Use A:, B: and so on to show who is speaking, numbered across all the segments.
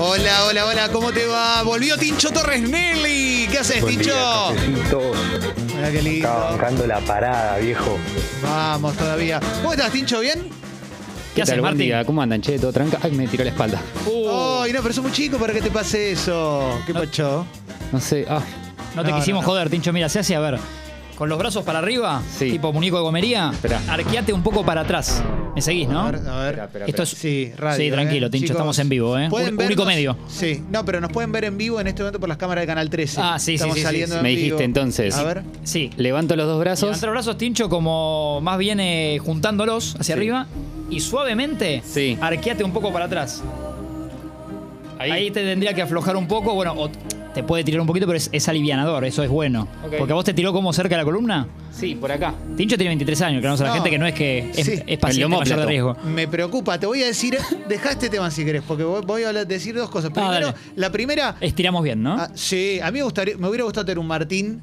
A: Hola, hola, hola, ¿cómo te va? Volvió Tincho Torres Nelly. ¿Qué haces,
B: Buen
A: Tincho?
B: día, cafecitos.
A: Hola, qué lindo.
B: Estaba bancando la parada, viejo.
A: Vamos todavía. ¿Cómo estás, Tincho? ¿Bien?
C: ¿Qué haces,
D: tal? Buen
C: Martín?
D: día, Oh, ¿Cómo andan, che? ¿Todo tranca? Ay, me tiró la espalda.
C: Uh,
A: Ay, no, pero sos muy chico para que te pase eso. ¿Qué pacho?
D: No sé. Ah,
C: no te
A: no,
C: quisimos
A: no, no.
C: joder, Tincho. Mira, se hace, a ver, con los brazos para arriba,
D: Sí.
C: tipo muñeco de comería,
D: Esperá.
C: arqueate un poco para atrás. ¿Me seguís, no?
A: A ver, a ver.
C: Esto es...
A: Sí, radio.
C: Sí, tranquilo,
A: ¿eh?
C: Tincho,
A: Chicos,
C: estamos en vivo, ¿eh?
A: ¿pueden
C: Un-
A: vernos?
C: único medio.
A: Sí, no, pero nos pueden ver en vivo en este momento por las cámaras de Canal 13.
C: Ah, sí, sí,
A: estamos
C: sí, sí,
A: saliendo
C: sí.
A: en
D: Me
A: vivo.
D: dijiste entonces.
A: A ver.
C: Sí.
D: levanto los dos brazos.
C: Levanta los brazos, Tincho, como más bien eh, juntándolos hacia
D: Sí.
C: arriba y suavemente
D: Sí.
C: arqueate un poco para atrás. Ahí. te tendría que aflojar un poco, bueno, o te puede tirar un poquito, pero es, es alivianador, eso es bueno.
D: Ok.
C: Porque a vos te tiró como cerca de la columna.
D: Sí, por acá.
C: Tincho tiene 23 años, claro, a la
A: No.
C: gente que no es que es,
A: Sí.
C: es
A: El
C: paciente mayor
D: omóplato.
C: de riesgo.
A: Me preocupa, te voy a decir, deja este tema si querés, porque voy- voy a hablar- decir dos cosas.
C: Ah,
A: Primero,
C: dale.
A: la primera,
C: Estiramos bien, ¿no?
A: Ah, sí, a mí me gustaría, me hubiera gustado tener un Martín,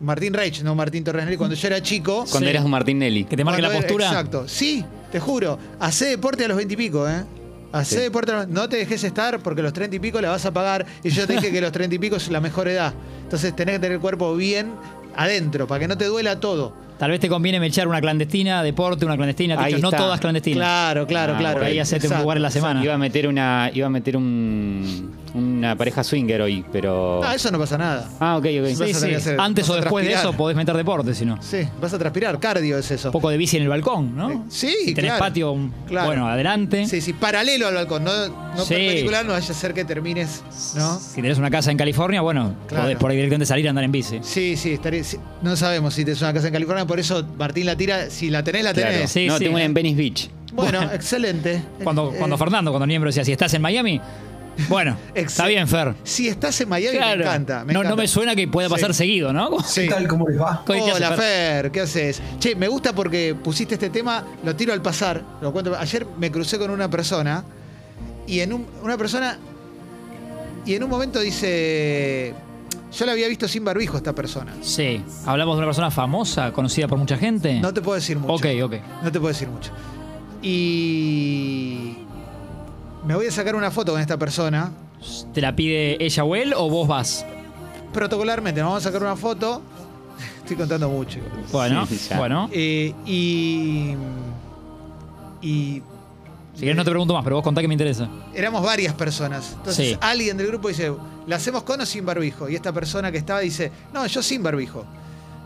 A: Martín Reich, no Martín Torres Nelly, cuando yo era chico.
D: Cuando
C: Sí.
D: eras Martín Nelly.
C: que te marque la
A: Cuando era-
C: postura.
A: Exacto, sí, te juro, hacé deporte a los 20 y pico, ¿eh? Hacé
D: Sí.
A: deporte, a los- no te dejes estar porque los 30 y pico la vas a pagar. Y yo te dije que los 30 y pico es la mejor edad. Entonces tenés que tener el cuerpo bien adentro, para que no te duela todo.
C: Tal vez te conviene mechar una clandestina, deporte, una clandestina,
D: Ahí
C: Tincho, no
D: está.
C: todas clandestinas.
A: Claro, claro,
D: Ah,
A: claro.
C: Por ahí hacete un
A: Exacto.
C: lugar en la semana.
D: Iba a meter una. Iba a meter un. una pareja swinger hoy, pero.
A: Ah, eso no pasa nada.
D: Ah, ok, ok.
A: Vas a
C: Sí,
A: tener
C: sí.
A: que hacer-
C: Antes
A: vas
C: o
A: a
C: después de
A: transpirar.
C: eso podés meter deporte, si no.
A: Sí, vas a transpirar, cardio es eso.
C: Un poco de bici en el balcón, ¿no?
A: Eh, Sí,
C: Si tenés
A: claro.
C: patio, un-
A: Claro.
C: bueno, adelante.
A: Sí, sí, paralelo al balcón, no, no
C: Sí.
A: perpendicular, no vaya a ser que termines, ¿no?
C: Si tenés una casa en California, bueno,
A: Claro.
C: podés por ahí directamente salir a andar en bici.
A: Sí, sí, estaría, sí. no sabemos si tenés una casa en California, por eso Martín la tira, si la tenés, la
D: Claro.
A: tenés.
C: Sí,
D: no,
C: sí.
D: tengo una en Venice Beach.
A: Bueno, excelente.
C: Cuando,
A: Eh,
C: cuando Fernando, cuando Niembro decía, si estás en Miami, bueno,
A: Ex-
C: está bien, Fer.
A: Si estás en Miami,
C: Claro.
A: me encanta.
C: no, no
A: encanta.
C: me suena que pueda pasar
A: Sí.
C: seguido, ¿no?
A: Sí.
B: ¿Cómo les va?
C: ¿Qué haces,
A: Hola,
C: Fer?
A: Fer, ¿qué haces? Che, me gusta porque pusiste este tema, lo tiro al pasar, lo cuento. Ayer me crucé con una persona y en un- una persona y en un momento dice, yo la había visto sin barbijo a esta persona.
C: Sí. Hablamos de una persona famosa, conocida por mucha gente.
A: No te puedo decir mucho.
C: ok, ok.
A: No te puedo decir mucho. Y me voy a sacar una foto con esta persona.
C: Pues, ¿Te la pide ella o él o vos vas?
A: Protocolarmente, nos vamos a sacar una foto. Estoy contando mucho.
C: Bueno,
D: Sí, ya.
C: bueno.
A: Eh, y. Y
C: Si querés no te pregunto más, pero vos contá que me interesa.
A: éramos varias personas. Entonces
C: Sí.
A: alguien del grupo dice, ¿la hacemos con o sin barbijo? Y esta persona que estaba dice, no, yo sin barbijo.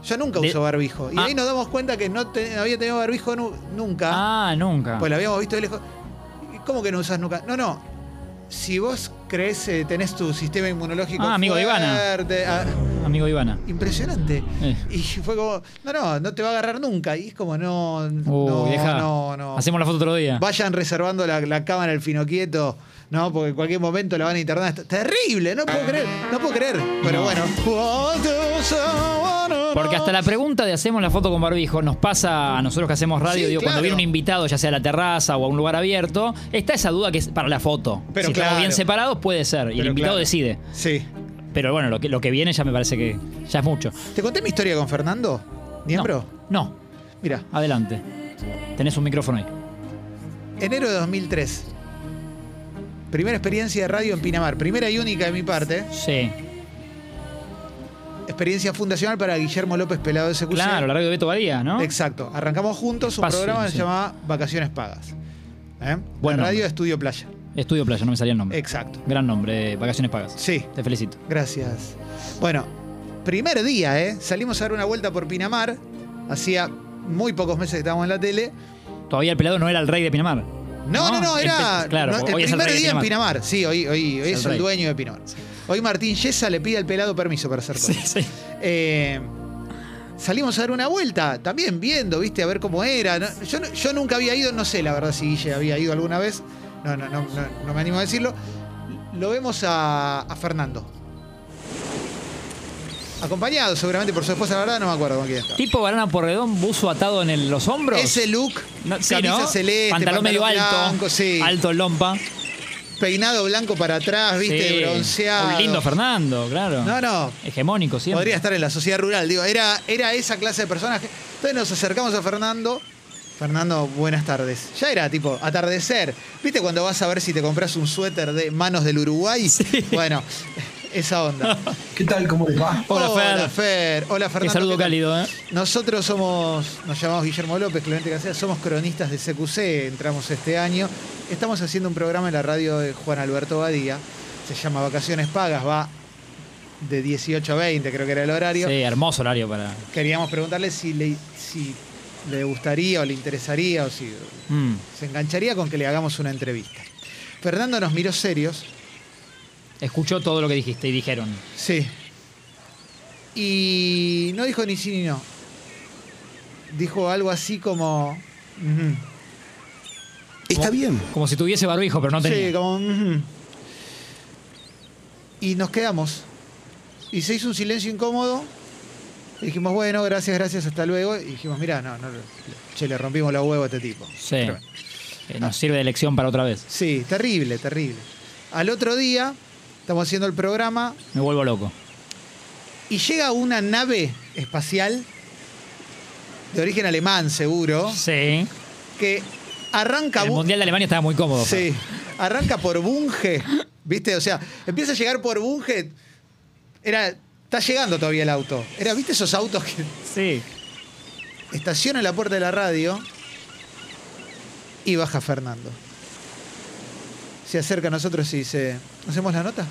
A: Yo nunca
C: De-
A: uso barbijo. Y
C: Ah.
A: ahí nos damos cuenta que no te- había tenido barbijo nu- nunca.
C: Ah, nunca.
A: Pues la habíamos visto de lejos. ¿Y ¿Cómo que no usas nunca? No, no. Si vos crees, eh, tenés tu sistema inmunológico.
C: Ah, amigo de Ivana.
A: fuerte, ah,
C: Amigo Ivana.
A: impresionante.
C: Eh.
A: Y fue como, no, no, no te va a agarrar nunca. Y es como, no,
C: Uy,
A: no,
C: deja.
A: no, no.
C: Hacemos la foto otro día.
A: Vayan reservando la, la cámara al finoquieto, ¿no? Porque en cualquier momento la van a internar. Está- terrible, no puedo creer, no puedo creer. Pero
C: No.
A: bueno.
C: Porque hasta la pregunta de hacemos la foto con barbijo nos pasa a nosotros que hacemos radio,
A: Sí,
C: digo,
A: claro.
C: cuando viene un invitado, ya sea a la terraza o a un lugar abierto, está esa duda que es para la foto.
A: Pero
C: si
A: claro.
C: estamos bien separados, puede ser. Y el
A: Pero
C: invitado
A: claro.
C: decide.
A: Sí.
C: Pero bueno, lo que, lo que viene ya me parece que ya es mucho.
A: ¿Te conté mi historia con Fernando? ¿Miembro?
C: No,
A: Mira.
C: no, adelante. Tenés un micrófono ahí.
A: Enero de 2003. Primera experiencia de radio en Pinamar. Primera y única de mi parte.
C: Sí.
A: Experiencia fundacional para Guillermo López Pelado de SQC.
C: Claro, la radio de Beto Badía, ¿no?
A: Exacto. Arrancamos juntos un
C: Espacio,
A: programa que
C: sí.
A: se llamaba Vacaciones Pagas. ¿Eh? La
C: Buen nombre. Mm.
A: radio Estudio Playa.
C: Estudio Playa, no me salía el nombre.
A: Exacto.
C: Gran nombre, eh, Vacaciones Pagas.
A: Sí,
C: Te felicito.
A: gracias. Bueno, primer día, ¿eh? Salimos a dar una vuelta por Pinamar. Hacía muy pocos meses que estábamos en la tele.
C: Todavía el pelado no era el rey de Pinamar.
A: No, no, no,
C: el
A: era
C: pe- claro,
A: no, el
C: hoy es el
A: primer
C: rey de
A: día en Pinamar. Sí, hoy, hoy, hoy
C: el
A: es el,
C: rey.
A: dueño de Pinamar. Hoy Martín Yesa le pide al pelado permiso para hacer
C: Sí,
A: cosas.
C: sí.
A: Eh, salimos a dar una vuelta, también viendo, viste, a ver cómo era. No, yo, no- yo nunca había ido, no sé la verdad si Guille había ido alguna vez. No, no, no, no, no me animo a decirlo. Lo vemos a, a Fernando. Acompañado seguramente por su esposa, la verdad no me acuerdo con quién estaba.
C: Tipo banana porredón, buzo atado en el- los hombros.
A: Ese look,
C: No, sí,
A: camisa
C: ¿no?
A: celeste,
C: pantalón medio alto,
A: blanco, sí.
C: alto lompa.
A: peinado blanco para atrás, viste,
C: Sí.
A: bronceado.
C: Un lindo Fernando, claro.
A: No, no,
C: Hegemónico siempre.
A: Podría estar en la sociedad rural, digo, era, era esa clase de personaje. Entonces nos acercamos a Fernando Fernando, buenas tardes. Ya era tipo atardecer. ¿Viste cuando vas a ver si te compras un suéter de manos del Uruguay? Bueno, esa onda.
B: ¿Qué tal? ¿Cómo les va?
C: Hola,
A: Hola,
C: Fer.
A: Fer. Hola,
C: Qué
A: Fernando.
C: saludo
A: ¿qué tal?
C: cálido, ¿eh?
A: Nosotros somos, nos llamamos Guillermo López, Clemente Casella, somos cronistas de CQC, entramos este año. Estamos haciendo un programa en la radio de Juan Alberto Badía, se llama Vacaciones Pagas, va de 18 a 20, creo que era el horario.
C: Sí, hermoso horario para.
A: Queríamos preguntarle si le, si le gustaría o le interesaría o si
C: Mm.
A: se engancharía con que le hagamos una entrevista. Fernando nos miró serios,
C: Escuchó todo lo que dijiste y dijeron.
A: sí, y no dijo ni sí ni no. Dijo algo así como... "Ujú".
E: Está bien.
C: Como si tuviese barbijo, pero no tenía.
A: Sí, como. "Ujú". Y nos quedamos. Y se hizo un silencio incómodo. Y dijimos, bueno, gracias, gracias, hasta luego. Y dijimos, mira, no, no, che, le rompimos la huevo a este tipo.
C: Sí. Eh, Nos sirve de lección para otra vez.
A: Sí, terrible, terrible. Al otro día, estamos haciendo el programa
C: Me vuelvo loco.
A: y llega una nave espacial de origen alemán, seguro,
C: Sí.
A: que arranca.
C: el
A: bu-
C: Mundial de Alemania estaba muy cómodo.
A: Sí. Arranca por Bunge, ¿viste? O sea, empieza a llegar por Bunge. Era. Está llegando todavía el auto. Era, ¿viste esos autos que
C: Fer. Sí.
A: estaciona en la puerta de la radio? Y baja Fernando. Se acerca a nosotros y dice, ¿hacemos la nota?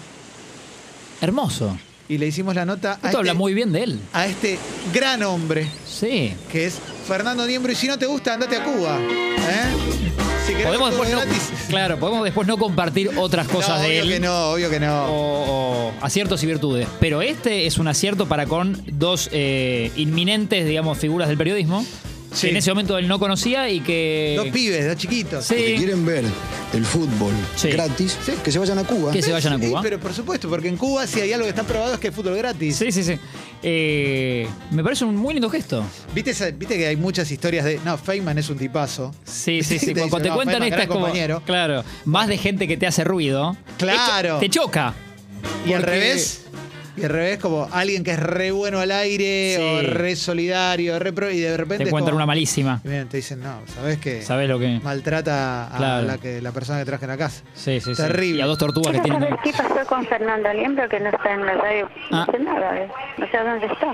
C: Hermoso.
A: Y le hicimos la nota a
C: Esto habla
A: este,
C: muy bien de él.
A: a este gran hombre
C: Sí.
A: que es Fernando Niembro. Y si no te gusta, andate a Cuba. ¿eh? Si querés
C: Podemos
A: todo
C: después no,
A: gratis.
C: claro, podemos después no compartir otras cosas
A: No,
C: de
A: obvio
C: él.
A: que no, obvio que no.
C: o, o aciertos y virtudes. Pero este es un acierto para con dos eh, inminentes, digamos, figuras del periodismo.
A: Sí.
C: Que en ese momento él no conocía y que.
A: Dos pibes, dos chiquitos.
E: Que
C: Eh, Sí.
E: quieren ver el fútbol
C: Sí.
E: gratis,
A: Sí.
E: que se vayan a Cuba.
C: Que se vayan a
A: Sí,
C: Cuba.
A: pero por supuesto, porque en Cuba si hay algo que está probado es que hay fútbol gratis.
C: Sí, sí, sí. Eh, me parece un muy lindo gesto.
A: ¿Viste, esa- viste que hay muchas historias de. No, Feynman es un tipazo.
C: Sí, sí, sí.
A: Te
C: Cuando
A: dice,
C: te
A: "No,
C: cuentan
A: Feynman,
C: esta
A: gran
C: es como.
A: compañero.
C: Claro. Más de gente que te hace ruido.
A: Claro.
C: Te choca.
A: Y al
C: Porque-
A: revés. Y al revés, como alguien que es re bueno al aire,
C: Sí.
A: o re solidario, re pro, y de repente.
C: Te
A: es
C: cuentan
A: como-
C: una malísima.
A: Y miren, te dicen, no, ¿sabés que
C: ¿Sabes lo que?
A: maltrata a
C: Claro.
A: la, que, la persona que traje a la casa?
C: Sí, sí, sí.
A: Terrible.
C: Y a dos tortugas que
F: Quiero
C: tienen.
F: saber qué pasó con Fernando Liembro que no está en la radio.
C: Ah.
F: No sé nada, eh. no sé dónde está.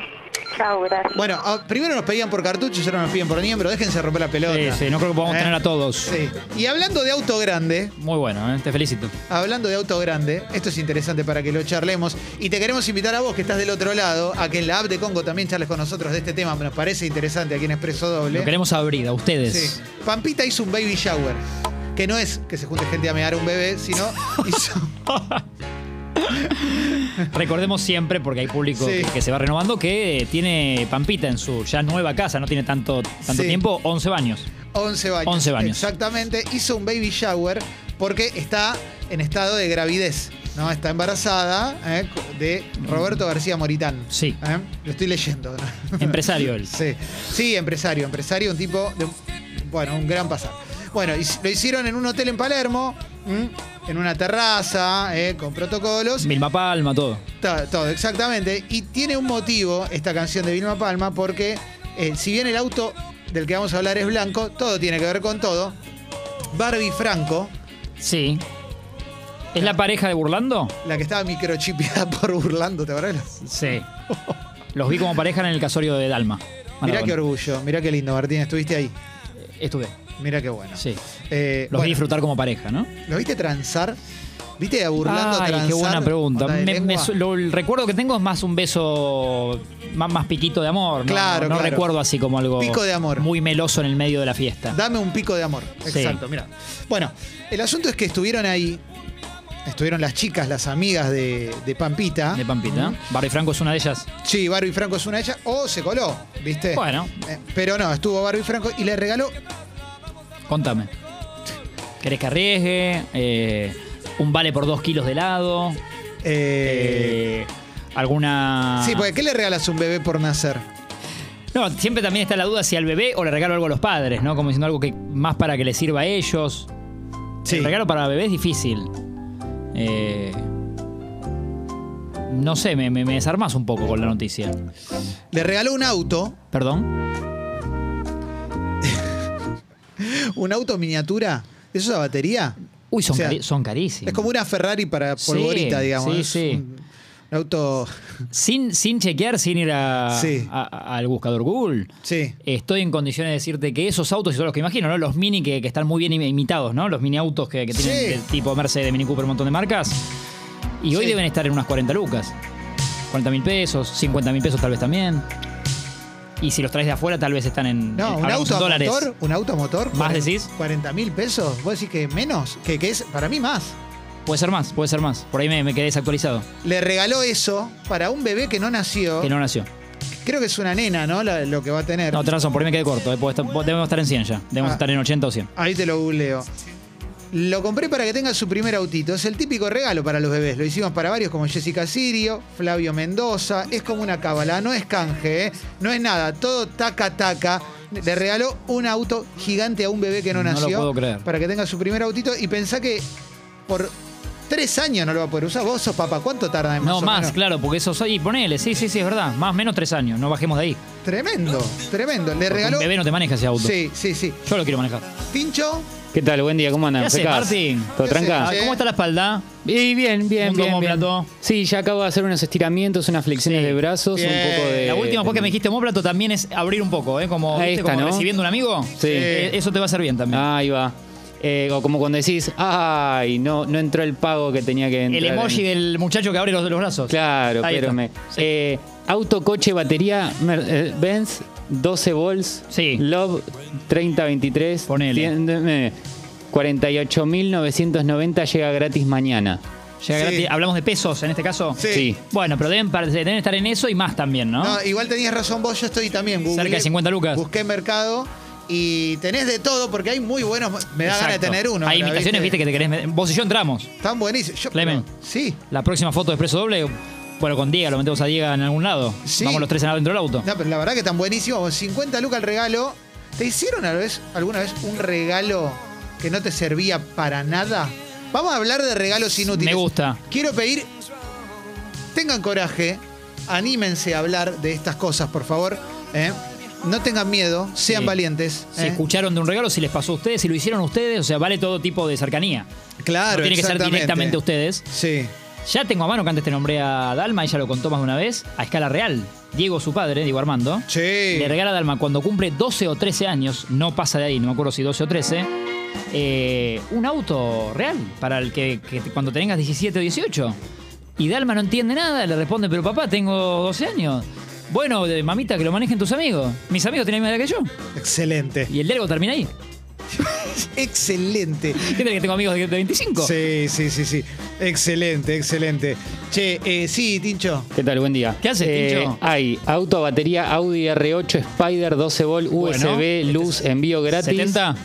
F: Chao, gracias.
A: Bueno, ah, primero nos pedían por cartuchos, ahora nos piden por miembro, déjense romper la pelota.
C: Sí, sí, no creo que podamos
A: Eh.
C: tener a todos.
A: Sí. Y hablando de auto grande,
C: Muy bueno, ¿eh? te felicito.
A: Hablando de auto grande, esto es interesante para que lo charlemos y te queremos invitar a vos que estás del otro lado a que en la app de Congo también charles con nosotros de este tema, nos parece interesante aquí en Expreso Doble.
C: Lo queremos abrir a ustedes.
A: Sí. Pampita hizo un baby shower, que no es que se junte gente a mear a un bebé, sino hizo...
C: Recordemos siempre, porque hay público
A: Sí.
C: que, que se va renovando, que tiene Pampita en su ya nueva casa, no tiene tanto, tanto
A: Sí.
C: tiempo, 11 baños.
A: 11 baños.
C: 11 baños.
A: Exactamente, hizo un baby shower porque está en estado de gravidez, ¿no? Está embarazada ¿eh? de Roberto García Moritán.
C: Sí.
A: ¿eh? Lo estoy leyendo. ¿no?
C: Empresario él.
A: Sí, sí, empresario, empresario, un tipo de, bueno, un gran pasar. Bueno, y lo hicieron en un hotel en Palermo, ¿m? en una terraza, eh, con protocolos,
C: Vilma Palma, todo.
A: to- todo, exactamente. Y tiene un motivo esta canción de Vilma Palma porque eh, si bien el auto del que vamos a hablar es blanco, todo tiene que ver con todo. Barbie Franco,
C: Sí. ¿Es la pareja de Burlando?
A: la que estaba microchipeada por burlando, ¿te acuerdas?
C: Sí. Los vi como pareja en el casorio de Dalma.
A: Mirá qué
C: Maradona.
A: orgullo, mirá qué lindo, Martín, estuviste ahí.
C: Estuve.
A: Mirá qué bueno.
C: Sí.
A: Eh,
C: Los vi
A: bueno,
C: disfrutar como pareja, ¿no?
A: ¿Lo viste transar? ¿Viste a burlando
C: Ay,
A: transar?
C: qué buena pregunta.
A: Onda de
C: Me- me
A: lengua.
C: su- lo- el recuerdo que tengo es más un beso, más, más piquito de amor. ¿no?
A: Claro,
C: no, no
A: claro.
C: recuerdo así como algo
A: Pico de amor.
C: muy meloso en el medio de la fiesta.
A: Dame un pico de amor.
C: Sí.
A: Exacto, mira. Bueno, el asunto es que estuvieron ahí, estuvieron las chicas, las amigas de, de Pampita. Mm.
C: De Pampita. ¿eh? Barry Franco es una de ellas.
A: Sí, Barbie Franco es una de ellas. O se coló, ¿viste?
C: Bueno,
A: Eh, pero no, estuvo Barbie Franco y le regaló
C: contame. ¿Querés que arriesgue? Eh, ¿Un vale por dos kilos de helado?
A: eh,
C: Eh, ah. ¿Alguna...?
A: Sí, porque ¿qué le regalas a un bebé por nacer?
C: No, siempre también está la duda si al bebé o le regalo algo a los padres, ¿no? Como diciendo algo que más para que le sirva a ellos.
A: Sí.
C: El regalo para bebé es difícil. Eh, no sé, me, me, me desarmás un poco con la noticia.
A: Le regaló un auto
C: ¿Perdón?
A: un auto miniatura, eso es a batería.
C: Uy, son,
A: O sea,
C: cari- son carísimos.
A: Es como una Ferrari para
C: Sí,
A: polvorita, digamos.
C: sí,
A: Es
C: sí.
A: Un, un auto.
C: Sin, sin chequear, sin ir a-
A: Sí.
C: a- a- al buscador Google.
A: Sí.
C: Estoy en condiciones de decirte que esos autos, y son los que imagino, ¿no? Los mini que, que están muy bien im- imitados, ¿no? Los mini autos que, que tienen
A: Sí.
C: del tipo Mercedes, Mini Cooper, un montón de marcas. Y hoy
A: Sí.
C: deben estar en unas 40 lucas. 40 mil pesos, 50 mil pesos tal vez también. Y si los traes de afuera, tal vez están en, en-
A: No, un
C: hablamos en
A: auto, a
C: dólares.
A: motor, un auto a motor.
C: ¿Más decís?
A: 40 mil pesos. ¿Vos decís que menos? Que, que es, para mí, más.
C: Puede ser más, puede ser más. Por ahí me, me quedé desactualizado,
A: Le regaló eso para un bebé que no nació.
C: que no nació.
A: Creo que es una nena, ¿no? La- lo que va a tener.
C: No, tenés razón, por ahí me quedé corto. eh, porque está- debemos estar en 100 ya. Debemos
A: Ah.
C: estar en 80 o 100.
A: Ahí te lo googleo. Lo compré para que tenga su primer autito. Es el típico regalo para los bebés. Lo hicimos para varios como Jessica Sirio, Flavio Mendoza. Es como una cábala, no es canje, ¿eh? no es nada. Todo taca taca. Le regaló un auto gigante a un bebé que no,
C: No lo
A: nació.
C: puedo creer.
A: Para que tenga su primer autito. Y pensá que por tres años no lo va a poder usar. Vos sos papá, ¿cuánto tarda en más?
C: No,
A: o
C: más,
A: menos?
C: claro, porque eso soy. Y ponele, sí, sí, sí, es verdad. Más o menos 3 años, no bajemos de ahí.
A: Tremendo, tremendo. Le
C: Porque
A: regaló.
C: Un bebé no te maneja ese auto.
A: Sí, sí, sí.
C: Yo lo quiero manejar.
A: Pincho,
D: ¿Qué tal? Buen día, ¿cómo andan?
C: ¿Qué haces,
D: ¿Fecas?
C: Martín?
D: ¿Todo
A: ¿Qué
D: tranca?
C: Ah,
A: Sí.
C: ¿Cómo está la espalda?
D: Y bien, bien,
C: ¿Un
D: bien, bien.
C: homóplato?
D: Sí, ya acabo de hacer unos estiramientos, unas flexiones
C: Sí.
D: de brazos,
A: Bien.
D: un poco de...
C: La última vez que me dijiste homóplato también es abrir un poco, ¿eh? Como,
D: Eh, Ahí
C: ¿viste?
D: está,
C: como
D: ¿no?
C: recibiendo un amigo.
D: Sí. Ah,
C: Eh, eso te va a hacer bien también.
D: Ahí va. Eh, o como cuando decís, ay, no, no entró el pago que tenía que entrar.
C: el emoji
D: en-
C: del muchacho que abre los, los brazos.
D: Claro,
C: Ahí
D: pero
C: está.
D: me...
C: Sí.
D: Eh, auto, coche, batería, Mer- eh, Benz, 12 volts,
C: Sí.
D: Love, 3023,
C: Ponele.
D: 48.990 llega gratis mañana.
C: Llega
A: Sí.
C: gratis. Hablamos de pesos en este caso.
A: Sí.
D: Sí.
C: Bueno, pero deben, par- deben estar en eso y más también, ¿no?
A: No, igual tenías razón vos, yo estoy también.
C: Cerca de 50 lucas.
A: Busqué mercado y tenés de todo porque hay muy buenos. Me da
C: Exacto.
A: ganas de tener uno.
C: Hay
A: ahora,
C: imitaciones, viste, que te querés. meter. Vos y yo entramos.
A: Están buenísimos. Yo-
C: Clemen.
A: Sí.
C: La próxima foto de Expreso Doble, bueno, con Diego, lo metemos a Diego en algún lado.
A: Sí.
C: Vamos los tres adentro del auto.
A: No, pero la verdad que están buenísimos. Con 50 lucas el regalo. ¿Te hicieron alguna vez, alguna vez un regalo que no te servía para nada? Vamos a hablar de regalos inútiles.
C: Me gusta.
A: Quiero pedir. Tengan coraje. Anímense a hablar de estas cosas, por favor. ¿eh? No tengan miedo. Sean
C: Sí.
A: valientes.
C: Si
A: ¿eh?
C: escucharon de un regalo, si les pasó a ustedes, si lo hicieron ustedes, o sea, vale todo tipo de cercanía.
A: Claro,
C: no tiene que ser
A: exactamente.
C: directamente ustedes.
A: Sí.
C: Ya tengo a mano que antes te nombré a Dalma, ella lo contó más de una vez, a escala real. Diego, su padre, Diego Armando,
A: Sí.
C: le regala a Dalma cuando cumple 12 o 13 años, no pasa de ahí, no me acuerdo si 12 o 13, eh, un auto real para el que, que te- cuando tengas 17 o 18. Y Dalma no entiende nada, le responde, pero papá, tengo 12 años. Bueno, de- mamita, que lo manejen tus amigos. Mis amigos tienen la misma edad que yo.
A: Excelente.
C: Y el diálogo termina ahí.
A: Excelente.
C: ¿Qué tal que tengo amigos de de 25?
A: Sí, sí, sí, sí. Excelente, excelente. Che, eh, sí, Tincho.
D: ¿Qué tal? Buen día. Eh,
C: ¿Qué haces, Tincho?
D: Hay auto, batería, Audi R8, Spider, 12 volt,
C: Bueno,
D: USB,
C: este
D: luz, envío gratis.
C: 70.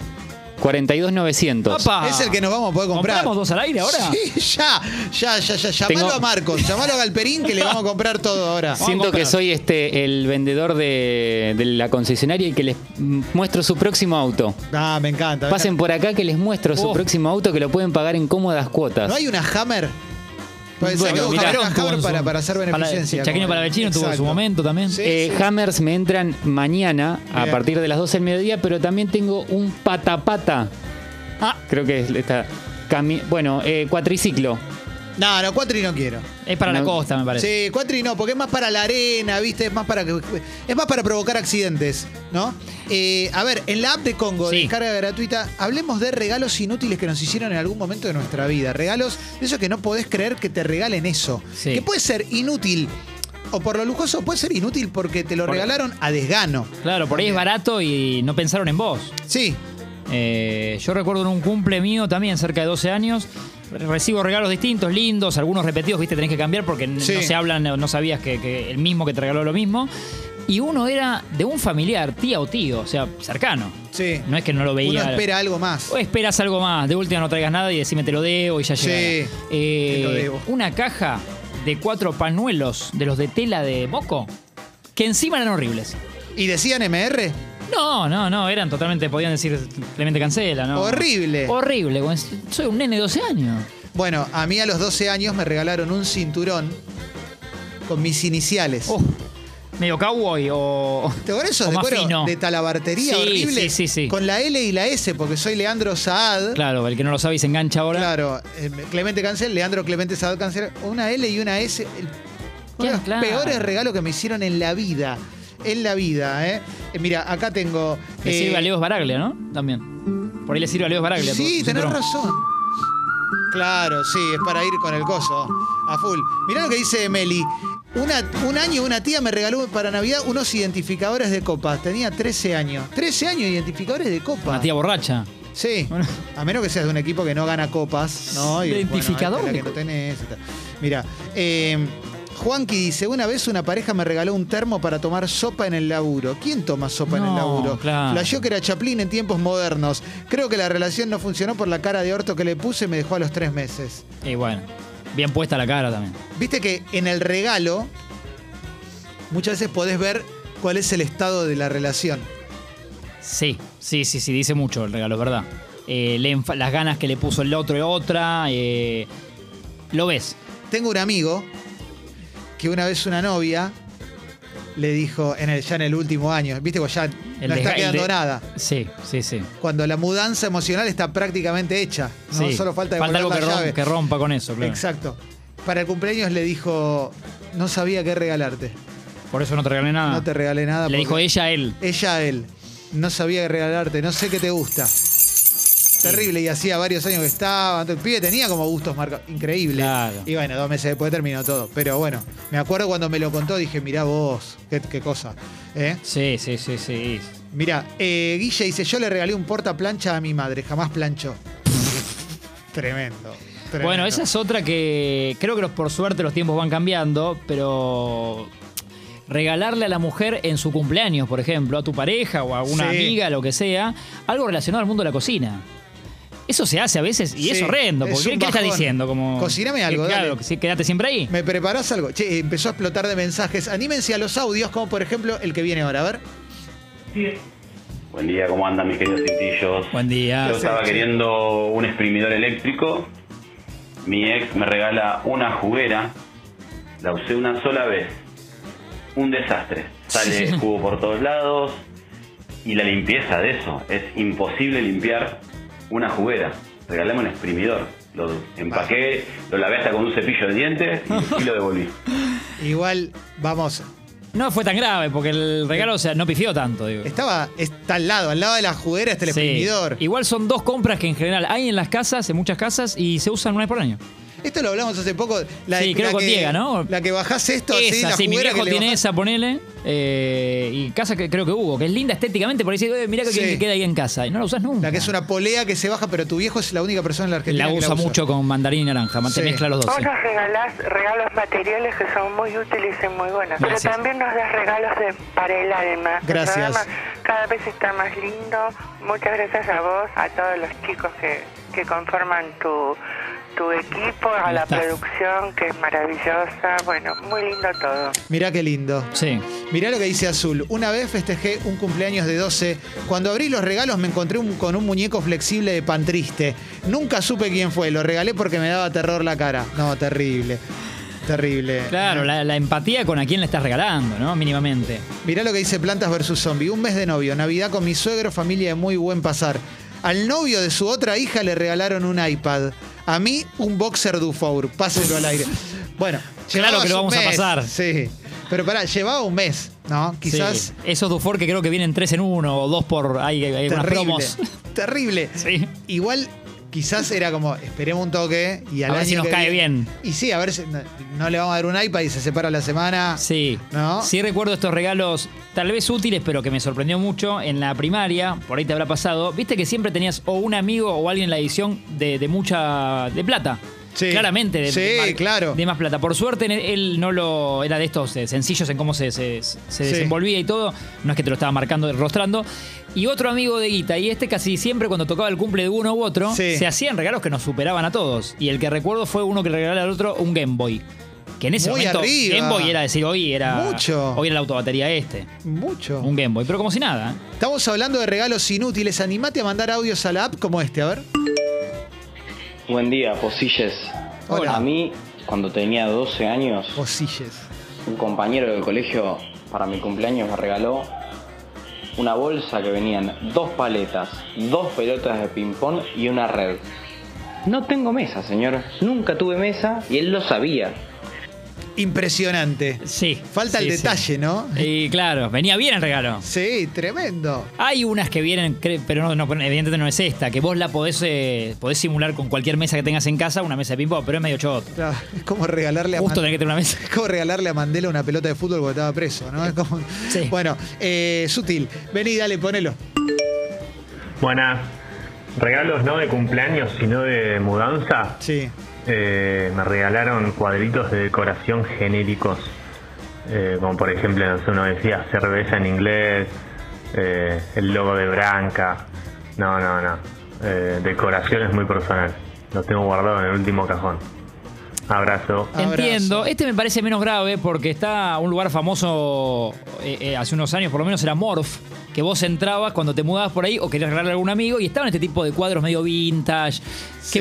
D: 42,900.
C: ¡Apa!
A: Es el que nos vamos a poder comprar.
C: Ah. ¿Compramos dos al aire ahora?
A: Sí, ya, ya, ya, ya. Llamalo
D: Tengo-
A: a Marcos, llamalo a Galperín que le vamos a comprar todo ahora.
C: Sí.
D: Siento
C: comprar.
D: que soy este el vendedor de, de la concesionaria y que les mm, muestro su próximo auto.
A: Ah, me encanta. me
D: Pasen por acá que les muestro su
C: Oh.
D: próximo auto que lo pueden pagar en cómodas
A: encanta.
D: cuotas.
A: ¿No hay una Hammer? Pues,
C: Bueno,
A: saquemos
C: mirá.
A: una Hammer
C: Tuvo
A: para,
C: su-
A: para hacer
C: para-
A: beneficencia.
C: Chaqueño para Vecino tuvo su momento también.
A: Sí,
D: Eh,
A: sí.
D: Hammers me entran mañana a
A: Bien.
D: partir de las 12 del mediodía, pero también tengo un patapata.
C: Ah.
D: Creo que es esta. cami- Bueno, eh, cuatriciclo.
A: No, no, cuatri no quiero.
C: Es para la
D: No.
C: costa, me parece.
A: Sí, cuatri no, porque es más para la arena, ¿viste? Es más para que- es más para provocar accidentes, ¿no? Eh, a ver, en la app de Congo,
C: Sí.
A: descarga gratuita, hablemos de regalos inútiles que nos hicieron en algún momento de nuestra vida. Regalos de esos que no podés creer que te regalen eso.
C: Sí.
A: Que puede ser inútil o por lo lujoso, puede ser inútil porque te lo
C: Por-
A: regalaron a desgano.
C: Claro, por ahí es barato y no pensaron en vos.
A: Sí,
C: Eh, yo recuerdo en un cumple mío también, cerca de 12 años, re- recibo regalos distintos, lindos, algunos repetidos, viste, tenés que cambiar porque n-
A: Sí.
C: no se hablan, no no sabías que, que el mismo que te regaló lo mismo. Y uno era de un familiar, tía o tío, o sea, cercano.
A: sí.
C: No es que no lo
A: Uno
C: veía.
A: espera algo más.
C: O esperas algo más, de última no traigas nada y decime te lo debo y ya
A: Sí,
C: llega. Eh,
A: te lo debo.
C: Una caja de cuatro panuelos de los de tela de moco, que encima eran horribles.
A: ¿Y decían MR?
C: No, no, no, eran totalmente, podían decir Clemente Cancela,
D: Oh.
C: ¿no?
A: Horrible.
C: Horrible, güey. soy un nene de 12 años.
A: Bueno, a mí a los 12 años me regalaron un cinturón con mis iniciales.
C: Oh, medio cowboy o.
A: ¿Te acuerdas
C: o
A: esos de
C: más
A: cuero
C: fino.
A: de talabartería
C: Sí,
A: horrible?
C: sí, sí, sí.
A: Con la L y la S, porque soy Leandro Saad.
C: Claro, el que no lo sabe y se engancha ahora.
A: Claro, eh, Clemente Cancel, Leandro Clemente Saad Cancel, una L y una S. el- uno de los
C: Claro.
A: peores regalos que me hicieron en la vida. En la vida, ¿eh? Eh, mira, acá tengo.
C: Le
A: eh,
C: sirve a Leos Baraglia, ¿no? También. Por ahí le sirve a Leos Baraglia. tu-
A: Sí,
C: tu
A: tenés
C: cinturón.
A: razón. Claro, sí, es para ir con el coso a full. Mirá lo que dice Meli. Una- un año una tía me regaló para Navidad unos identificadores de copas. Tenía 13 años. 13 años identificadores de
C: Una
A: copas.
C: tía borracha.
A: Sí.
C: Bueno.
A: A menos que seas de un equipo que no gana copas, ¿no? Y, bueno,
C: Identificador
A: esta es la
C: de
A: que no tenés, esta. Mira, eh, Juanqui dice, una vez una pareja me regaló un termo para tomar sopa en el laburo. ¿Quién toma sopa en el
C: No,
A: laburo?
C: claro.
A: Flasheó que era Chaplin en tiempos modernos. Creo que la relación no funcionó por la cara de orto que le puse y me dejó a los tres meses.
C: Y bueno, bien puesta la cara también.
A: Viste que en el regalo muchas veces podés ver cuál es el estado de la relación.
C: Sí, sí, sí, sí, dice mucho el regalo, es verdad. Eh, el enfa- las ganas que le puso el otro y otra. eh, lo ves.
A: Tengo un amigo que una vez una novia le dijo, en el, ya en el último año, viste, Cuando ya no
C: desga-
A: está
C: el
A: quedando
C: de-
A: nada.
C: Sí, sí, sí.
A: Cuando la mudanza emocional está prácticamente hecha. ¿no?
C: Sí.
A: Solo falta, devolver
C: falta algo que,
A: la
C: rom-
A: llave.
C: que rompa con eso, claro.
A: Exacto. Para el cumpleaños le dijo, no sabía qué regalarte.
C: Por eso no te regalé nada.
A: No te regalé nada.
C: Ah. Le dijo
A: porque-
C: ella a él.
A: Ella a él. No sabía qué regalarte, no sé qué te gusta. Terrible, y hacía varios años que estaba. El pibe tenía como gustos marcados. Increíble.
C: Claro.
A: Y bueno, dos meses después terminó todo. Pero bueno, me acuerdo cuando me lo contó, dije, mirá vos, qué, qué cosa. ¿Eh?
C: Sí, sí, sí, sí.
A: Mirá, eh, Guille dice, yo le regalé un porta plancha a mi madre, jamás planchó. tremendo, tremendo.
C: Bueno, esa es otra que creo que los, por suerte los tiempos van cambiando, pero regalarle a la mujer en su cumpleaños, por ejemplo, a tu pareja o a una
A: Sí.
C: amiga, lo que sea, algo relacionado al mundo de la cocina. Eso se hace a veces y es
A: Sí,
C: horrendo,
A: es
C: porque ¿qué-
A: un
C: ¿qué estás
A: bajón.
C: diciendo? Como,
A: Cociname algo,
C: Eh, Claro,
A: dale.
C: que sí, quédate siempre ahí.
A: ¿Me preparás algo? Che, empezó a explotar de mensajes. Anímense a los audios, como por ejemplo el que viene ahora. A ver.
G: Buen día, ¿cómo andan mis queridos cintillos?
C: Buen día.
G: Yo estaba queriendo un exprimidor eléctrico. Mi ex me regala una juguera. La usé una sola vez. Un desastre. Sale
C: Sí.
G: jugo por todos lados. Y la limpieza de eso. Es imposible limpiar una juguera. Regalame un exprimidor. Lo empaqué, lo lavé hasta con un cepillo de dientes y, y lo devolví.
A: Igual, vamos,
C: No fue tan grave, porque el regalo, o sea, no pifió tanto, digo.
A: Estaba, está al lado, al lado de la juguera está Este el
C: Sí.
A: exprimidor.
C: Igual son dos compras que en general hay en las casas, en muchas casas, y se usan una vez por año.
A: Esto lo hablamos hace poco. La,
C: Sí,
A: la
C: creo con
A: que,
C: Diego, ¿no?
A: La que bajás esto, así,
C: esa,
A: la
C: sí, mi
A: juguera que
C: viejo
A: le
C: tiene
A: bajás.
C: esa, ponele. eh, y casa que creo que hubo, que es linda estéticamente, por ahí dice, "Eh, mirá que,
A: Sí.
C: que queda ahí en casa. Y no la usás nunca.
A: La que es una polea que se baja, pero tu viejo es la única persona en la Argentina.
C: La
A: que
C: usa mucho con mandarín y naranja, man- te
A: Sí.
C: mezcla los dos.
F: Vos
C: sí.
F: nos regalás regalos materiales que son muy útiles y muy buenos.
C: Gracias.
F: Pero también nos das regalos de, para el alma. El
A: Gracias.
F: programa cada vez está más lindo. Muchas gracias a vos, a todos los chicos que, que conforman tu, tu equipo, a
C: El
F: la
C: staff.
F: producción que es maravillosa. Bueno, muy lindo todo.
A: Mirá qué lindo.
C: Sí.
A: Mirá lo que dice Azul. Una vez festejé un cumpleaños de 12. Cuando abrí los regalos me encontré un- con un muñeco flexible de pan triste. Nunca supe quién fue. Lo regalé porque me daba terror la cara. No, terrible. Terrible.
C: Claro, la, la empatía con a quién le estás regalando, ¿no? Mínimamente.
A: Mirá lo que dice Plantas vs. Zombie. Un mes de novio, Navidad con mi suegro, familia de muy buen pasar. Al novio de su otra hija le regalaron un iPad. A mí, un boxer Dufour. Pásenlo al aire. Bueno, llevabas
C: Claro que lo
A: un
C: vamos a
A: mes.
C: pasar.
A: Sí. Pero pará, llevaba un mes, ¿no? Quizás.
C: Sí. Esos Dufour que creo que vienen tres en uno o dos por. Hay, hay Eh, unas
A: Terrible.
C: promos.
A: Terrible.
C: Sí.
A: Igual. Quizás era como, esperemos un toque y al
C: A ver
A: año
C: si nos
A: que
C: cae
A: viene-
C: bien.
A: Y sí, a ver si no, no le vamos a dar un iPad y se separa la semana.
C: Sí.
A: ¿No?
C: Sí recuerdo estos regalos, tal vez útiles, pero que me sorprendió mucho en la primaria, por ahí te habrá pasado, viste que siempre tenías o un amigo o alguien en la edición de, de mucha, de plata.
A: Sí.
C: Claramente. De,
A: Sí,
C: de mar-
A: claro.
C: De más plata. Por suerte ne- él no lo, era de estos eh, sencillos en cómo se, se- se desenvolvía y todo, no es que te lo estaba marcando, rostrando. Y otro amigo de Guita, y este casi siempre cuando tocaba el cumple de uno u otro,
A: Sí.
C: se hacían regalos que nos superaban a todos. Y el que recuerdo fue uno que le regaló al otro un Game Boy. Que en ese
A: Muy
C: momento
A: arriba.
C: Game Boy era decir Eh, hoy era
A: Mucho.
C: hoy era la autobatería este,
A: Mucho.
C: un Game Boy, pero como si nada. ¿eh?
A: Estamos hablando de regalos inútiles. Animate a mandar audios a la app como este, a ver.
H: Buen día, Posilles.
A: Hola.
H: A mí, cuando tenía 12 años,
A: Posilles.
H: un compañero del colegio para mi cumpleaños me regaló una bolsa que venían dos paletas, dos pelotas de ping-pong y una red. No tengo mesa, señor. Nunca tuve mesa y él lo sabía.
A: Impresionante.
C: Sí.
A: Falta el
C: sí, sí.
A: detalle, ¿no?
C: Y claro, venía bien el regalo.
A: Sí, tremendo.
C: Hay unas que vienen, cre- pero no, no, evidentemente no es esta, que vos la podés, eh, podés simular con cualquier mesa que tengas en casa, una mesa de ping-pong, pero es medio chot.
A: Claro, Es como regalarle a
C: Justo
A: Man-
C: tener que tener una mesa.
A: es como regalarle a Mandela una pelota de fútbol porque estaba preso, ¿no? Es como-
C: Sí.
A: Bueno, eh, sutil. Vení, dale, ponelo.
I: Buenas. Regalos no de cumpleaños, sino de mudanza.
A: Sí.
I: Eh, me regalaron cuadritos de decoración genéricos. Eh, como por ejemplo, no sé, uno decía cerveza en inglés, eh, el logo de Branca. No, no, no. Eh, decoración es muy personal. Lo tengo guardado en el último cajón. Abrazo.
A: Abrazo.
C: Entiendo. Este me parece menos grave porque está un lugar famoso eh, eh, hace unos años, por lo menos era Morph, que vos entrabas cuando te mudabas por ahí o querías regalarle a algún amigo y estaban este tipo de cuadros medio vintage. Que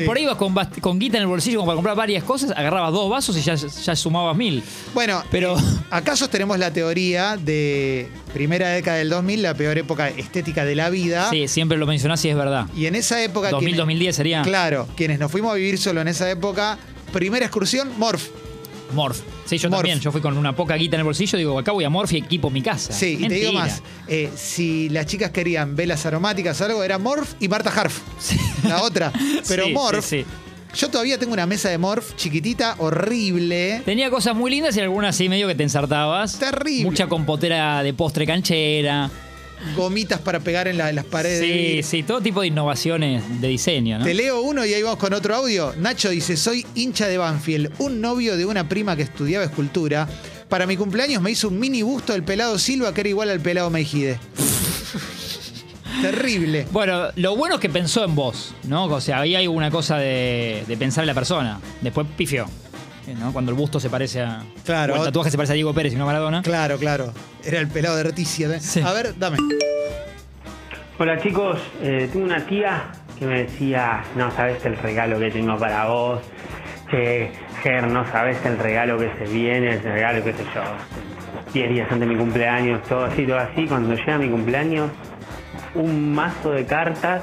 A: Sí.
C: por ahí ibas con, bast- con guita en el bolsillo como para comprar varias cosas, agarrabas dos vasos y ya, ya sumabas mil.
A: Bueno, eh,
C: Pero-
A: acaso tenemos la teoría de primera década del 2000, la peor época estética de la vida.
C: Sí, siempre lo mencionás y es verdad.
A: Y en esa época...
C: 2000,
A: quienes-
C: 2010 sería
A: Claro, quienes nos fuimos a vivir solo en esa época, primera excursión, Morph.
C: Morph. Sí, yo
A: Morph.
C: también. Yo fui con una poca guita en el bolsillo digo, acá voy a Morph y equipo mi casa.
A: Sí, y te digo
C: Mentira.
A: más, eh, si las chicas querían velas aromáticas o algo, era Morph y Marta Harf, la otra. Pero
C: Sí,
A: Morph,
C: sí, sí.
A: yo todavía tengo una mesa de Morph chiquitita, horrible.
C: Tenía cosas muy lindas y algunas así medio que te ensartabas.
A: Terrible.
C: Mucha compotera de postre canchera.
A: Gomitas para pegar en, la- en las paredes.
C: Sí, sí, todo tipo de innovaciones de diseño, ¿no?
A: Te leo uno y ahí vamos con otro audio. Nacho dice, soy hincha de Banfield, un novio de una prima que estudiaba escultura. Para mi cumpleaños me hizo un mini busto del pelado Silva que era igual al pelado Mejide. Terrible.
C: Bueno, lo bueno es que pensó en vos, ¿no? O sea, ahí hay una cosa de, de pensar en la persona. Después pifió, ¿no? Cuando el busto se parece a...
A: Claro.
C: o el tatuaje se parece a Diego Pérez y no a Maradona.
A: Claro, claro. Era el pelado de Articia. ¿eh?
C: Sí.
A: A ver, dame.
J: Hola chicos, eh, tengo una tía que me decía, no sabes el regalo que tengo para vos, che, Ger, no sabes el regalo que se viene, el regalo que sé yo, 10 días antes de mi cumpleaños, todo así, todo así, cuando llega mi cumpleaños, un mazo de cartas,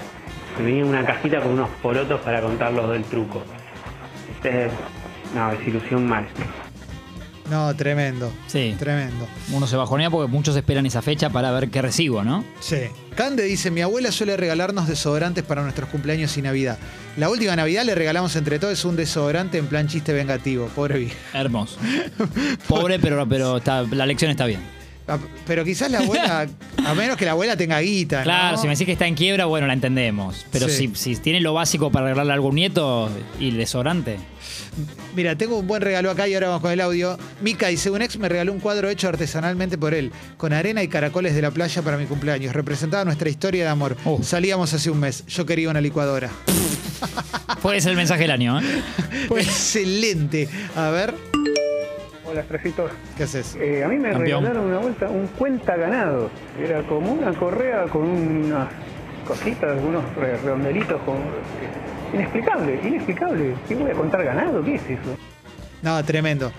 J: me venía una cajita con unos porotos para contarlos del truco. Eh, no, desilusión mal.
A: No, tremendo.
C: Sí.
A: Tremendo.
C: Uno se bajonea porque muchos esperan esa fecha para ver qué recibo, ¿no?
A: Sí. Cande dice, mi abuela suele regalarnos desodorantes para nuestros cumpleaños y Navidad. La última Navidad le regalamos entre todos un desodorante en plan chiste vengativo. Pobre vieja.
C: Hermoso. Pobre, pero, pero está- la lección está bien.
A: Ah, Pero quizás la abuela, a menos que la abuela tenga guita. ¿no?
C: Claro, si me decís que está en quiebra, bueno, la entendemos. Pero
A: Sí.
C: si, si tiene lo básico para regalarle a algún nieto y el desodorante.
A: Mira, tengo un buen regalo acá y ahora vamos con el audio. Mica dice, un ex me regaló un cuadro hecho artesanalmente por él, con arena y caracoles de la playa para mi cumpleaños. Representaba nuestra historia de amor.
C: Oh.
A: Salíamos hace un mes. Yo quería una licuadora.
C: Puede ser el mensaje del año, ¿eh?
A: Excelente. A ver,
J: Hola, Estrellitos.
A: ¿qué haces?
J: Eh, a mí me
C: Campeón.
J: regalaron una vuelta un cuenta ganado. Era como una correa con unas cositas, unos re- redondelitos. Con... Inexplicable, inexplicable. ¿Qué voy a contar ganado? ¿Qué es eso?
A: No, tremendo.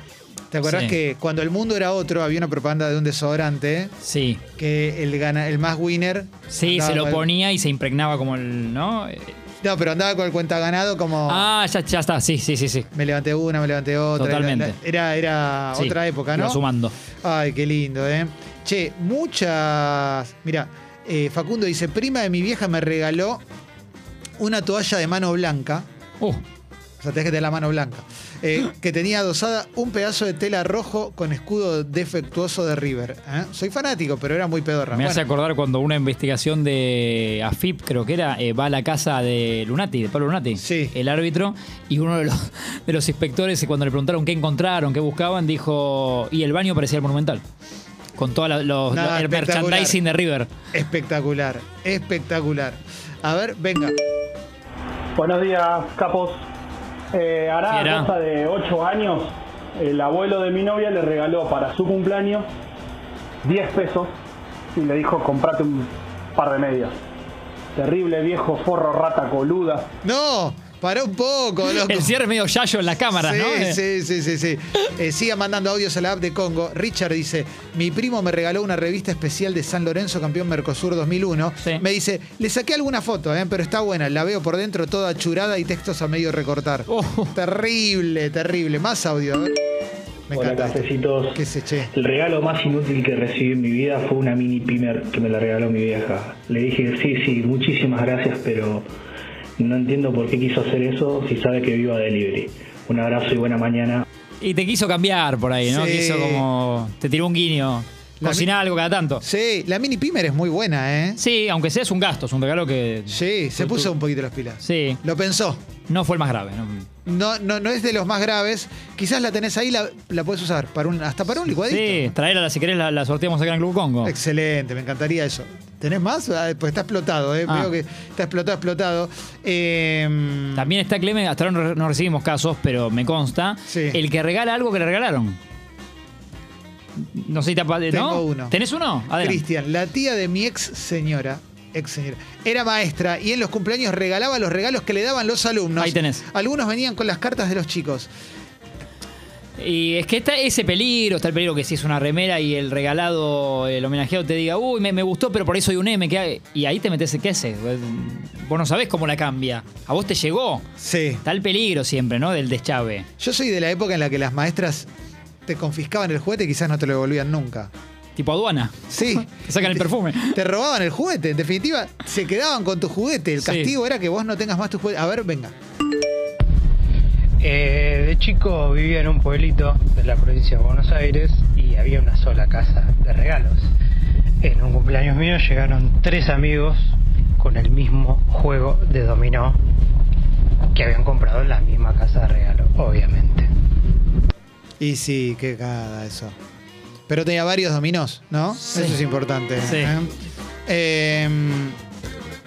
A: ¿Te acordás
C: Sí.
A: que cuando el mundo era otro había una propaganda de un desodorante
C: Sí.
A: que el, gana, el más winner...
C: Sí,
A: andaba
C: se lo
A: con el-
C: ponía y se impregnaba como el. ¿No? Eh,
A: No, pero andaba con el cuenta ganado como...
C: Ah, ya, ya está. Sí, sí, sí, sí.
A: Me levanté una, me levanté otra.
C: Totalmente.
A: Era, era
C: Sí,
A: Ah, otra época, ¿no?
C: Iba sumando.
A: Ay, qué lindo, ¿eh? Che, muchas. Mira, eh, Facundo dice: prima de mi vieja me regaló una toalla de mano blanca.
C: Uh,
A: O sea, tenés que tener la mano blanca. eh, que tenía adosada un pedazo de tela rojo con escudo defectuoso de River. ¿eh? Soy fanático, pero era muy pedorra.
C: me
A: Bueno,
C: hace acordar cuando una investigación de AFIP, creo que era, eh, va a la casa de Lunati, de Pablo Lunati,
A: Sí.
C: el árbitro, y uno de los, de los inspectores, eh, cuando le preguntaron qué encontraron, qué buscaban, dijo. Y el baño parecía el Monumental. Con todo los,
A: Nada,
C: lo- el
A: espectacular.
C: merchandising de River.
A: espectacular, espectacular. A ver, venga.
J: Buenos días, capos. Eh, hará
C: Sí, hará.
J: cosa de 8 años, el abuelo de mi novia le regaló para su cumpleaños 10 pesos y le dijo comprate un par de medias. Terrible viejo forro rata coluda.
A: ¡No! Pará un poco, loco.
C: El cierre es medio yayo en la cámara,
A: sí,
C: ¿no? Eh,
A: Sí, sí, sí, sí. Eh, siga mandando audios a la app de Congo. Richard dice, mi primo me regaló una revista especial de San Lorenzo, campeón Mercosur 2001. Me dice, le saqué alguna foto, eh, pero está buena, la veo por dentro toda churada y textos a medio recortar.
C: Oh.
A: Terrible, terrible. Más audio. a ver. Me
K: Hola,
A: encanta. este.
K: cafecitos.
A: ¿Qué se che?
K: El regalo más inútil que recibí en mi vida fue una mini pimer que me la regaló mi vieja. Le dije, sí, sí, muchísimas gracias, pero no entiendo por qué quiso hacer eso si sabe que vivo a delivery. Un abrazo y buena mañana.
C: Y te quiso cambiar por ahí, ¿no?
A: Sí.
C: Quiso como. Te tiró un guiño.
A: La
C: Cociná algo cada tanto.
A: Sí, la mini pimer es muy buena, ¿eh?
C: Sí, aunque sea es un gasto, es un regalo que.
A: Sí, se puso un poquito las pilas.
C: Sí.
A: Lo pensó.
C: No fue el más grave. ¿no?
A: No, no, no es de los más graves. Quizás la tenés ahí, la, la puedes usar para un, hasta para un licuadito.
C: Sí, traerla si querés la, la sorteamos acá en Club Congo.
A: Excelente, me encantaría eso. ¿Tenés más? Ah, Pues está explotado, ¿eh?
C: Ah.
A: Veo que está explotado, explotado. Eh,
C: También está Clemen, hasta ahora no, no recibimos casos, pero me consta.
A: Sí.
C: El que regala algo que le regalaron. No sé si te apa-
A: Tengo
C: ¿no?
A: uno.
C: ¿Tenés uno? Adelante.
A: Cristian, la tía de mi ex señora, ex señora, era maestra y en los cumpleaños regalaba los regalos que le daban los alumnos.
C: Ahí tenés.
A: Algunos venían con las cartas de los chicos.
C: Y es que está ese peligro, está el peligro que si es una remera y el regalado, el homenajeado te diga, uy, me, me gustó, pero por eso hay un M, ¿qué hay?". y ahí te metes, ¿qué haces? Vos no sabés cómo la cambia. A vos te llegó.
A: Sí.
C: Está el peligro siempre, ¿no? Del deschave.
A: Yo soy de la época en la que las maestras te confiscaban el juguete y quizás no te lo devolvían nunca.
C: Tipo aduana.
A: Sí.
C: Te sacan el perfume.
A: Te robaban el juguete. En definitiva, se quedaban con tu juguete. El
C: Sí.
A: castigo era que vos no tengas más tu juguete. A ver, venga.
L: Eh, de chico vivía en un pueblito de la provincia de Buenos Aires y había una sola casa de regalos. En un cumpleaños mío llegaron tres amigos con el mismo juego de dominó que habían comprado en la misma casa de regalo, obviamente.
A: Y sí, qué cagada eso. Pero tenía varios dominós, ¿no? Eso es importante.
C: Sí.
A: ¿eh? Eh,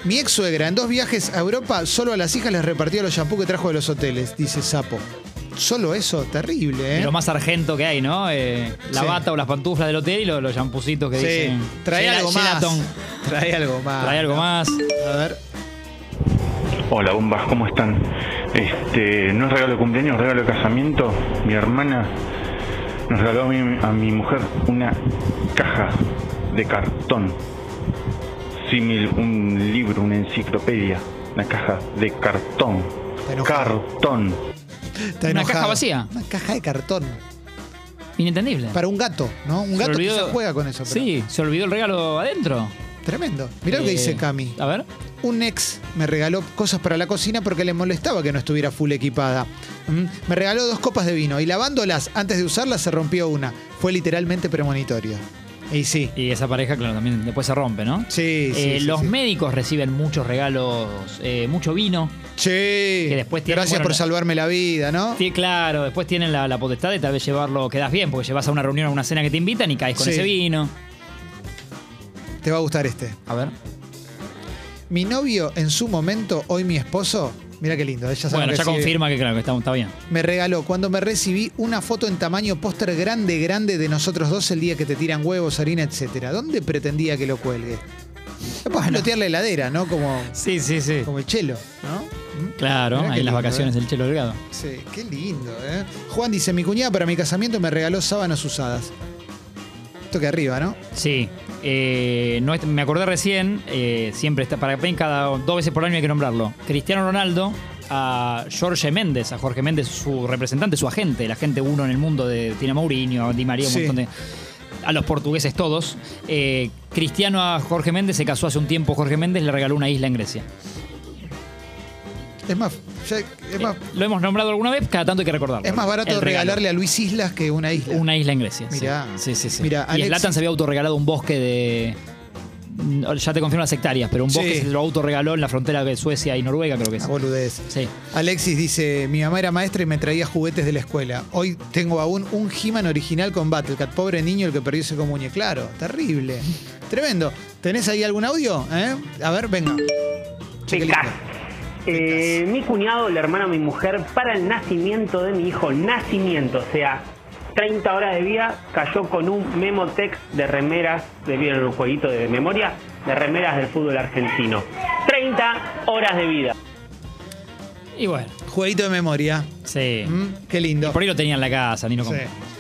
A: mi ex suegra, en dos viajes a Europa, solo a las hijas les repartió los shampoos que trajo de los hoteles, dice Sapo. Solo eso, terrible,
C: De
A: ¿eh?
C: Lo más sargento que hay, ¿no? Eh, la
A: Sí.
C: bata o las pantuflas del hotel y lo- los champucitos que
A: Sí,
C: dicen.
A: trae
C: "Gela-
A: algo más". Ah,
C: Gelaton.
A: Trae algo más.
C: Trae algo más.
A: A ver.
I: Hola, bombas, ¿cómo están? Este, no es regalo de cumpleaños, es regalo de casamiento. Mi hermana nos regaló a mi, a mi mujer una caja de cartón. Símil, un libro, una enciclopedia. Una caja de cartón. Cartón.
A: Está
C: Una
A: enojado.
C: caja vacía.
A: Una caja de cartón.
C: Inentendible.
A: Para un gato, ¿no? Un
C: Se
A: gato
C: olvidó-
A: quizás juega con eso. pero-
C: Sí, se olvidó el regalo adentro.
A: Tremendo. Mirá lo que
C: Eh,
A: dice Cami.
C: A ver.
A: Un ex me regaló cosas para la cocina porque le molestaba que no estuviera full equipada. Mm, Me regaló dos copas de vino y lavándolas antes de usarlas se rompió una. Fue literalmente premonitorio. Y sí.
C: Y esa pareja, claro, también después se rompe, ¿no?
A: Sí, sí.
C: Eh,
A: sí,
C: los
A: sí.
C: médicos reciben muchos regalos, eh, mucho vino.
A: Sí.
C: Que después tienen,
A: Gracias
C: bueno,
A: por
C: la-
A: salvarme la vida, ¿no?
C: Sí, claro, después tienen la, la potestad de tal vez llevarlo, quedas bien, porque llevas a una reunión o una cena que te invitan y caes con
A: Sí.
C: ese vino.
A: Te va a gustar este.
C: A ver.
A: Mi novio, en su momento, hoy mi esposo. Mira qué lindo. Ella sabe
C: bueno,
A: que
C: ya
A: sigue.
C: confirma que claro, que está, está bien.
A: me regaló cuando me recibí una foto en tamaño póster grande, grande de nosotros dos el día que te tiran huevos, harina, etcétera. ¿Dónde pretendía que lo cuelgue? Para explotear la heladera, ¿no? Como,
C: Sí, sí, sí.
A: como el chelo, ¿no? ¿Mm?
C: Claro,
A: Mirá
C: ahí
A: qué
C: en
A: lindo,
C: las vacaciones
A: ¿eh?
C: del Chelo Delgado.
A: Sí, qué lindo, ¿eh? Juan dice, mi cuñada para mi casamiento me regaló sábanas usadas. Esto que arriba, ¿no?
C: Sí. eh, no es- me acordé recién, eh, siempre está para Pen cada dos veces por año hay que nombrarlo. Cristiano Ronaldo a Jorge Méndez, a Jorge Méndez, su representante, su agente, el agente uno en el mundo de Tina Mourinho, Di María, un
A: Sí.
C: montón de. A los portugueses todos. Eh, Cristiano a Jorge Méndez se casó hace un tiempo. Jorge Méndez le regaló una isla en Grecia.
A: Es más, ya- es más,
C: Lo hemos nombrado alguna vez, cada tanto hay que recordarlo.
A: es más barato
C: Eh, El regalo.
A: regalarle a Luis Islas que una isla.
C: Una isla en Grecia. sí.
A: Mirá.
C: Sí, sí, sí.
A: Mirá,
C: y
A: Alexis-
C: Slatan se había autorregalado un bosque de. no, Ya te confirmo las hectáreas, pero un bosque
A: Sí. Ah,
C: se lo autorregaló en la frontera de Suecia y Noruega, creo que es.
A: Una boludez.
C: Sí.
A: Alexis dice, mi mamá era maestra y me traía juguetes de la escuela. Hoy tengo aún un He-Man original con Battlecat. Pobre niño el que perdió ese comuñe. Claro, terrible. Tremendo. ¿Tenés ahí algún audio? ¿Eh? A ver, venga. Che, qué lindo.
J: Eh, mi cuñado, la hermana de mi mujer, para el nacimiento de mi hijo, nacimiento, o sea, 30 horas de vida, cayó con un memotex de remeras, de bien un jueguito de memoria, de remeras del fútbol argentino. 30 horas de vida.
A: Y bueno.
C: Jueguito de memoria.
A: Sí.
C: qué lindo.
A: Mm. por ahí lo tenía en la casa, Nino
C: Sí.
A: compró.